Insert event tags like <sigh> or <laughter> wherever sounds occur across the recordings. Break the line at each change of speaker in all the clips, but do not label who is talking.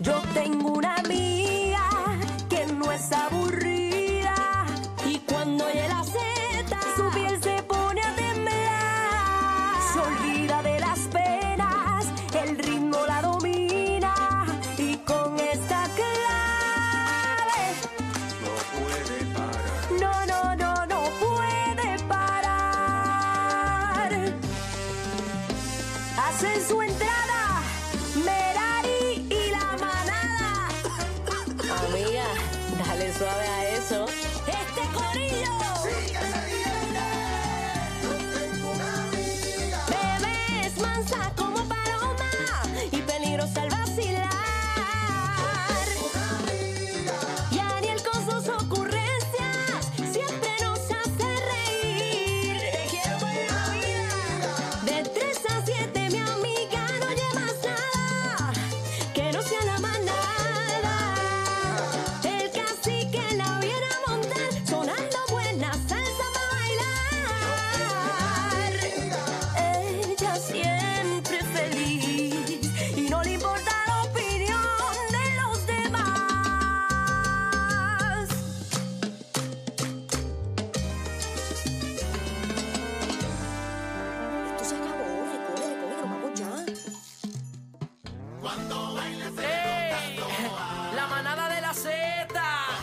Yo tengo una amiga que no es aburrida y cuando ella la seta su piel se pone a temblar. Se olvida de las penas, el ritmo la domina y con esta clave no, no, no, no puede parar. Hacen su entrada Merari y la manada. Amiga, dale suave a eso. Este corillo. Bebé es mansa como paloma y peligrosa al vacilar. Y Ariel con sus ocurrencias siempre nos hace reír. Te quiero por la vida. De 3 a 7, mi amiga, no llevas nada. Que no sea la manada. El cacique la viene a montar, sonando buena salsa para bailar. Ella siempre feliz y no le importa la opinión de los demás. Esto se acabó, recoge, recoge, nos vamos ya.
¡Ey! La manada de la Z. Ah.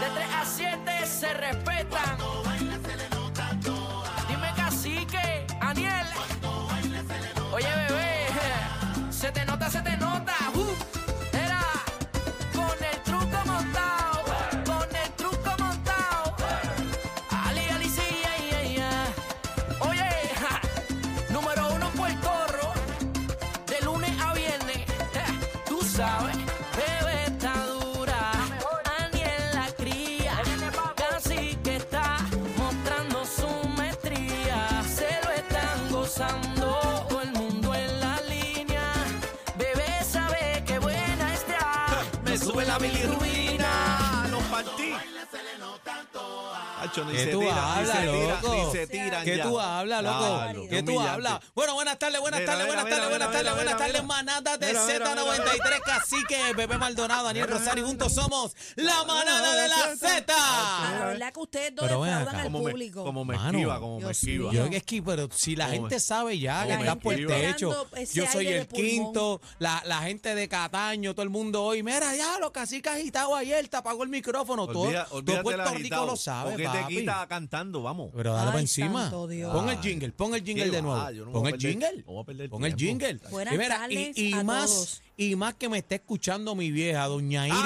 De 3 a 7 se respetan. Dime cacique, Aniel. Oye, bebé. Se te nota, se te nota. Uh. Era con el truco montado. Con el truco montado. Ali, ali, sí, ay, ay, ay. Oye, ja. número uno Puerto Rico. De lunes a viernes, eh, tú sabes. Bebé está dura, Daniel la cría. Casi que está mostrando su maestría. Se lo están gozando todo el mundo en la línea. Bebé sabe que buena está.
Me sube la bilirrubina. Los partí. Hacho, ni
¿Qué
se
tú
tiran, ni
hablas,
se tiran,
loco?
ni se tiran
¿Qué
ya.
tú hablas, loco?
Claro,
¿Qué tú
humillante.
hablas? Bueno, buenas tardes, buenas
Mira,
tardes,
mira,
buenas tardes,
mira, mira,
buenas tardes,
mira,
buenas tardes,
mira.
manada de
Mira, mira,
Z93, cacique, Pepe Maldonado, Daniel Rosario, y juntos somos la manada de la
Ah,
Z.
La verdad que ustedes dos
Pero ven
defraudan
acá.
al
Como me,
público.
como me
Mano,
esquiva, como me
Dios
esquiva.
Yo creo que es que, pero si la gente sabe ya que
La
estás
gente
por el
está
techo,
dando ese
yo soy
aire de
el
pulmón.
quinto, la, la gente de Cataño, todo el mundo hoy, mira, ya los caciques agitados ayer, te apagó el micrófono, todo,
Olvida-
todo
olvídate del
Puerto Rico
agitado,
lo sabe,
porque te
papi.
quita cantando, vamos.
Pero dale
Ay,
para encima.
santo Dios.
Pon el jingle, pon el jingle
Qué
de
va,
nuevo.
yo no
pon
voy a
el
perder-
jingle.
no voy a perder
pon el
tiempo.
jingle.
Buenas
Y mira, y,
tardes
y
a
más,
todos. Ah,
y más que me está escuchando mi vieja, doña Iris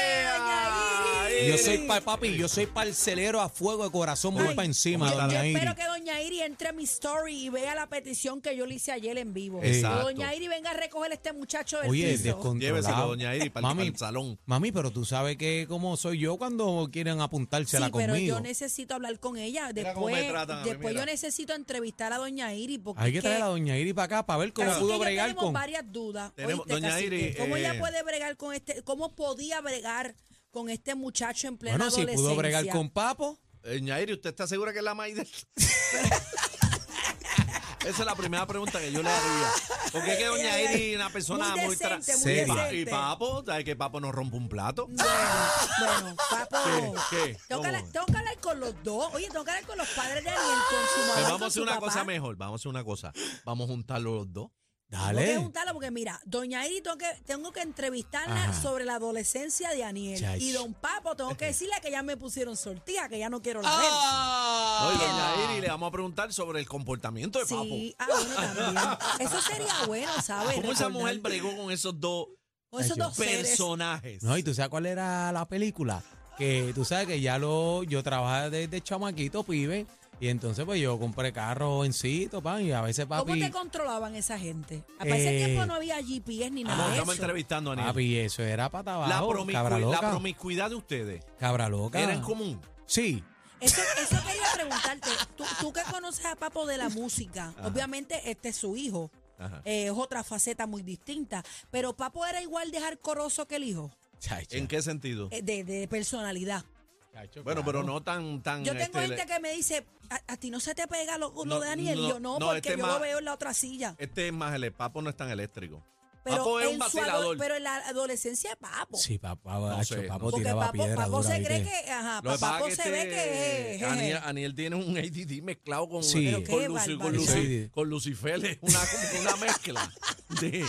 Doña
Rivera.
Iris.
Yo soy pa- papi, yo soy parcelero a fuego de corazón, voy
Ay,
para encima,
yo, yo
doña Iris.
espero que Doña Iri entre a mi story y vea la petición que yo le hice ayer en vivo.
Exacto.
Doña Iri venga a recoger a este muchacho del
Oye,
piso.
descontrolado.
Lléveselo, doña Iris, para el salón.
Mami, pero tú sabes que como soy yo cuando quieren
Sí,
apuntársela
pero
conmigo.
yo necesito hablar con ella.
Mira cómo me
Después,
tratan a mí,
después
mira.
yo necesito entrevistar a Doña Iri porque
Hay que
es que-
traer a doña Iris para acá para ver cómo
Así que
pudo
ya
bregar
tenemos
con.
varias dudas.
Tenemos-
¿oíste,
doña
cacique?
Iris,
¿Cómo
eh,
ella puede bregar con este? ¿Cómo podía bregar con este muchacho en plena
Bueno, si
adolescencia?
pudo bregar con Papo.
Doña Iris, Eh, ¿usted está segura que es la maíz del... <laughs> Esa es la primera pregunta que yo le haría. Porque es que Doña Iris es una persona
Muy
muy, tra-
decente, muy
Seria.
decente.
Y Papo, ¿sabes que Papo no rompe un plato?
Bueno, bueno, papo.
¿Qué? ¿Qué?
Tengo, que
¿Cómo?
hablar, tengo que hablar con los dos. Oye, tengo que hablar con los padres de Ariel, con su mamá.
Pues
y
vamos a
con
hacer
su
una
papá.
cosa mejor, vamos a hacer una cosa. Vamos a juntarlo los dos.
Tengo que
Dale.
juntarla porque, mira, doña Iri, tengo que, tengo que entrevistarla
Ajá.
sobre la adolescencia de Aniel.
Chacho.
Y don Papo, tengo que decirle que ya me pusieron sortija, que ya no quiero
Ah,
la ver.
No, y
¡Ah!
Doña Iris le vamos a preguntar sobre el comportamiento de
Sí,
Papo. Ah,
ah, bueno, también. Eso sería bueno, ¿sabes?
¿Cómo esa
Recordar
mujer bregó con esos dos
con esos
Ay, yo-
dos seres.
personajes?
No, y tú sabes cuál era la película. que tú sabes que ya lo, yo trabajaba desde chamaquito, pibe, y entonces pues yo compré carro jovencito, pan, y a veces
¿Cómo
papi,
te controlaban esa gente? A ese
Eh,
tiempo no había GPS ni
Vamos,
nada de
estamos
eso.
entrevistando a Aniel.
papi, eso era para
La,
abajo,
promiscu-
cabra
la
loca,
promiscuidad de ustedes
cabra loca.
era en común.
Sí,
Eso, eso quería preguntarte. Tú, tú que conoces a Papo de la música, obviamente este es su hijo.
Ajá.
Eh, es otra faceta muy distinta. Pero Papo era igual de hardcoreoso que el hijo,
Chacho,
¿En qué sentido?
eh, de, de personalidad.
chacho,
bueno, pero
claro.
no tan tan.
Yo tengo
este,
gente que me dice, a, a ti no se te pega lo, lo
No,
de Daniel. Y yo
no,
no,
no,
porque
este
yo
ma-
lo veo en la otra silla.
Este es más el papo no es tan eléctrico.
Pero
papo es
en,
un
su ado-
vacilador.
pero en la adolescencia de Papo.
Sí, papá,
No
chacho,
sé,
papo
no
porque
tiraba
Papo,
piedra dura,
Papo se
¿viste?
cree que, ajá,
Lo que pasa
Papo
es
se
que
ve
este,
que eh, jeje.
Aniel, Aniel tiene un ADD mezclado con,
Sí.
con,
Pero
qué
Lucy- con,
barbaridad.
Lucy- con Lucifer. Es una, como que una mezcla de,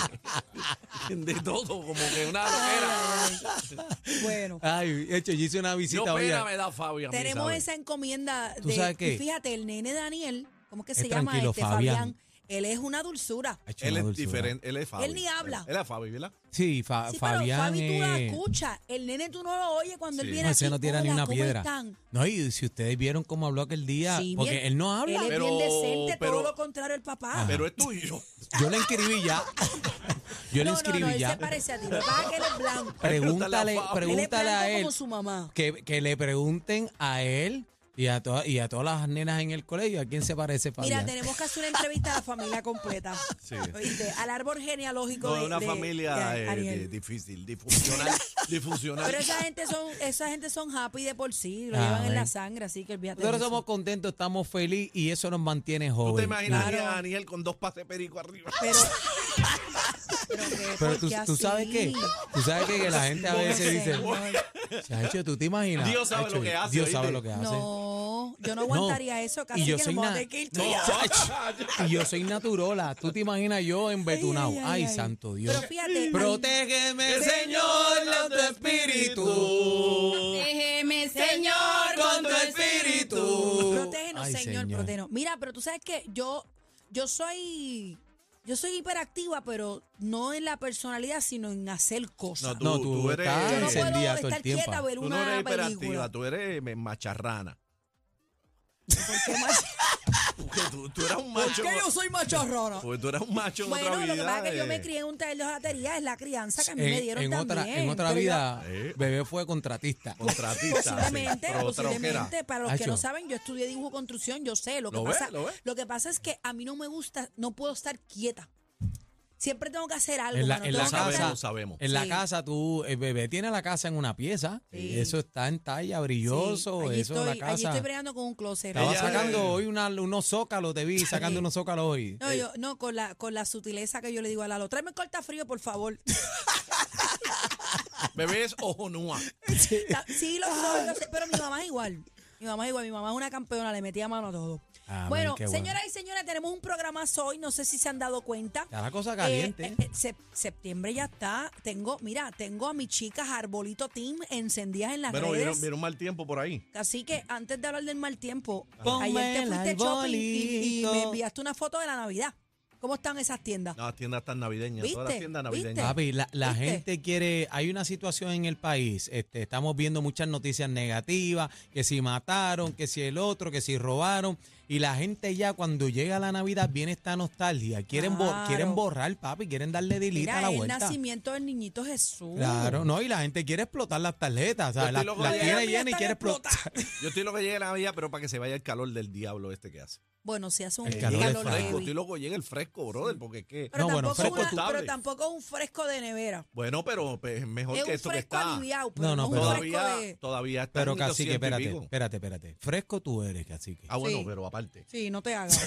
de todo, como que una loquera.
<laughs> bueno.
<laughs>
Ay, de hecho, yo hice una
Yo
visita hoy.
pena me da Fabio. a mí,
Tenemos
¿sabes?
esa encomienda
¿Tú
de.
sabes qué?
y fíjate, el nene Daniel, ¿cómo que
Es
se llama
tranquilo,
este
Fabián.
Fabián. Él es una dulzura.
Chacho,
Él
una
es
dulzura.
diferente, él es Fabio.
Él ni habla.
Él es Fabio, ¿verdad?
Sí, Fa-
sí,
Fabián.
pero Fabi, tú la
eh,
escuchas. El nene tú no lo oyes cuando él
Sí.
viene
no,
aquí.
ese no tira ni
"Hola,
una
¿cómo
piedra.
están?"
No, y si ustedes vieron cómo habló aquel día,
Sí,
porque
bien.
él no habla.
Él es
Pero-
bien decente,
pero-
todo lo contrario el papá.
Pero es tuyo.
Yo le inscribí
<laughs>
ya. Yo le
no,
inscribí
no, no, él
ya.
se parece a ti. Lo que pasa es que él es blanco.
Pregúntale,
Pregúntale a Fabio.
Él es
pregúntale
blanco
a él
como su mamá.
que, que le pregunten a él y a todas y a todas las nenas en el colegio a quién se parece
Mira,
Fabián.
tenemos que hacer una entrevista a la familia completa.
<laughs> Sí.
¿Oíste? Al árbol genealógico
No,
de
es una
de-
familia
de
eh,
Ariel.
di- difícil,
<laughs>
disfuncional. disfuncional.
Pero esa gente son, esa gente son happy de por sí, lo
Ah,
llevan en
ven.
la sangre, así que olvídate.
Nosotros
de eso.
somos contentos, estamos felices y eso nos mantiene
¿Tú te
jóvenes.
imaginas
Claro.
a Daniel con dos pases perico
<laughs>
arriba?
Pero, pero, que-
Pero
¿por
tú,
qué
tú sabes
así?
que tú sabes qué? que la gente
<laughs>
a
No,
veces dice,
señor.
Chacho, tú te imaginas.
Dios sabe
Chacho,
lo que hace,
Dios sabe
¿oíste?
lo que hace.
No, yo no aguantaría eso, casi
¿Ah, y yo
que
soy
nos
na-
vamos a tener que ir
<laughs>
tú
No,
y yo.
chacho, y yo soy naturola. Tú te imaginas yo en Betunau. Ay,
Ay, ay, ay, ay.
santo Dios.
Pero fíjate,
Protégeme, Señor, con tu espíritu.
Déjeme,
Señor, con tu espíritu.
Protégenos,
Ay,
señor,
Señor.
protégenos. Mira, pero tú sabes que yo, yo soy, yo soy hiperactiva, pero no en la personalidad, sino en hacer cosas.
tú-
No, tú,
tú eres-
estás
Yo no
puedo
encendida todo
estar
el tiempo.
quieta ver
Tú no
una
eres hiperactiva,
película.
tú eres eh, macharrana.
¿Por qué más?
<laughs> Porque tú, tú eras un
Ah, ¿Por
macho.
qué yo soy
<laughs>
macharrona?
Porque tú eras un macho en
Bueno,
otra
lo que
vida.
pasa es que yo
eh.
me crié en un taller de hojalatería, es la crianza que a mí me
En,
dieron
en
también.
otra, en otra
Pero yo-
vida,
Eh.
bebé fue contratista.
Contratista. sí,
Posiblemente,
pero otra <laughs>
posiblemente.
ojera.
Para los que
Hacho.
no saben, yo estudié dibujo y construcción, yo sé. Lo que,
¿Lo ve?
pasa,
¿Lo ve?
que pasa es que a mí no me gusta, no puedo estar quieta. Siempre tengo que hacer algo.
En la,
mano,
en la
tengo que
casa,
sabemos,
estar-
lo sabemos.
En la
Sí.
casa, tú, el bebé tiene la casa en una pieza. Eso está en talla, brilloso.
allí
eso
estoy,
es la
Allí
casa.
estoy bregando con un closet.
Estaba
Ella-
sacando hoy una- unos zócalos, te vi sacando unos zócalos hoy.
No, yo, no con, la, con la sutileza que yo le digo a Lalo, tráeme corta frío, por favor.
Bebé es
<laughs>
ojonúa.
La- sí, lo soy, lo sé, pero mi mamá es igual. Mi mamá es igual, mi mamá es una campeona, le metía mano a todo.
Amén,
bueno,
qué bueno.
señoras y señores, tenemos un programazo hoy, no sé si se han dado cuenta.
Está la cosa caliente.
Eh, eh, eh, sep- septiembre ya está. Tengo, mira, tengo a mis chicas Arbolito Team encendidas en las
Pero
redes.
vieron, vieron mal tiempo por ahí.
Así que antes de hablar del mal tiempo,
Ponme
ayer te
el
fuiste shopping y- y,
arbolito.
me enviaste una foto de la Navidad. ¿Cómo están esas tiendas?
No, las tiendas están navideñas. Todas las
¿Viste?
tiendas navideñas.
Papi, la, la
¿Viste?
gente quiere, hay una situación en el país, este, estamos viendo muchas noticias negativas, que si mataron, que si el otro, que si robaron, y la gente ya cuando llega la Navidad viene esta nostalgia, quieren, bo-
Claro.
quieren borrar, papi, quieren darle delita a
Mira,
la
el
vuelta.
nacimiento del niñito Jesús.
Claro, no, y la gente quiere explotar las tarjetas, o sea,
estoy
las
loco
las
de-
tiene
Ay, mira,
llenas y
están
quiere
explotadas.
explotar. <laughs>
Yo estoy loco que llegue la Navidad, pero para que se vaya el calor del diablo este que hace.
Bueno, si hace un
El calor
calor,
es
fresco.
heavy.
Estoy loco que llegue el fresco, brother, porque es que.
Pero,
No, bueno,
tampoco
fresco
es una-
estable.
pero tampoco es un fresco de nevera.
Bueno, pero pues, es mejor
Es
que
un
esto que
fresco
está.
aliviado,
No,
pero
no,
no,
pero-
es un fresco
Todavía,
de...
todavía está.
Pero
en 1200
casi
y
que, espérate,
pico.
espérate, espérate. Fresco tú eres, cacique.
Ah, bueno,
Sí.
pero aparte. <laughs>
Sí, no te hagas.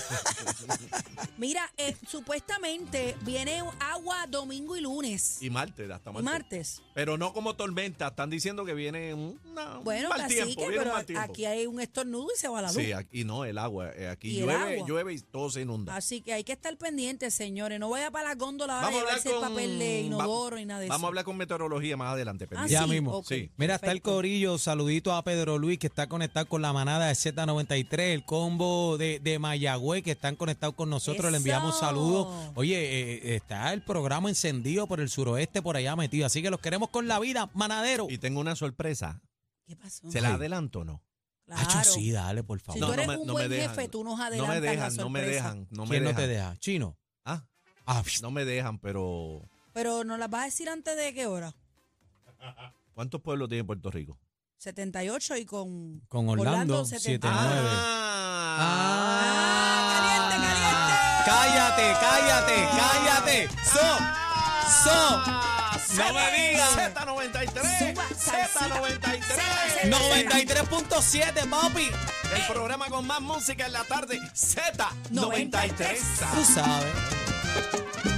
Mira, eh, supuestamente viene agua domingo y lunes.
Y martes, hasta
Y
martes.
martes.
Pero no como tormenta. Están diciendo que viene un, una- un
Bueno,
mal
así
tiempo.
que,
viene un
pero
mal tiempo.
aquí hay un estornudo y se va la luz.
Sí, aquí no, el agua. eh, Aquí
Y el
llueve,
agua.
llueve y todo se inunda.
Así que hay que estar pendientes, señores. No vaya para la góndola ahora a
Vamos a hablar
llevarse el
con-
papel de inodoro y nada de eso.
Vamos a hablar con meteorología más adelante.
Ah,
pendiente.
Ya
sí,
mismo.
ok,
Sí.
Mira, está el
perfecto.
Corillo. Saludito a Pedro Luis, que está conectado con la manada de Z93, el combo de, de Mayagüez, que están conectados con nosotros. Le enviamos
Eso.
saludos. Oye, eh, está el programa encendido por el suroeste, por allá metido. Así que los queremos con la vida, manadero.
Y tengo una sorpresa.
¿Qué pasó?
¿Se la adelanto o no?
Claro.
Hacho, Ah, sí, dale, por
Si
favor.
No,
tú
no
eres
me-
un
no me
buen
dejan.
jefe, tú nos
No me
adelantas la
dejan, no me
sorpresa.
dejan, no me
¿Quién
dejan.
no te deja? ¿Chino?
Ah,
Ah, psh,
no me dejan, pero
Pero nos las vas a decir antes de qué hora.
¿cuántos pueblos tiene Puerto Rico?
78 y con,
Con Orlando,
79.
79. Nueve.
Ah, caliente, caliente.
Cállate, cállate, cállate. So, so. No me digas.
Z93,
Suba,
Z93,
salsa.
93.7, papi.
el programa con más música en la tarde, Z93.
Tú sabes.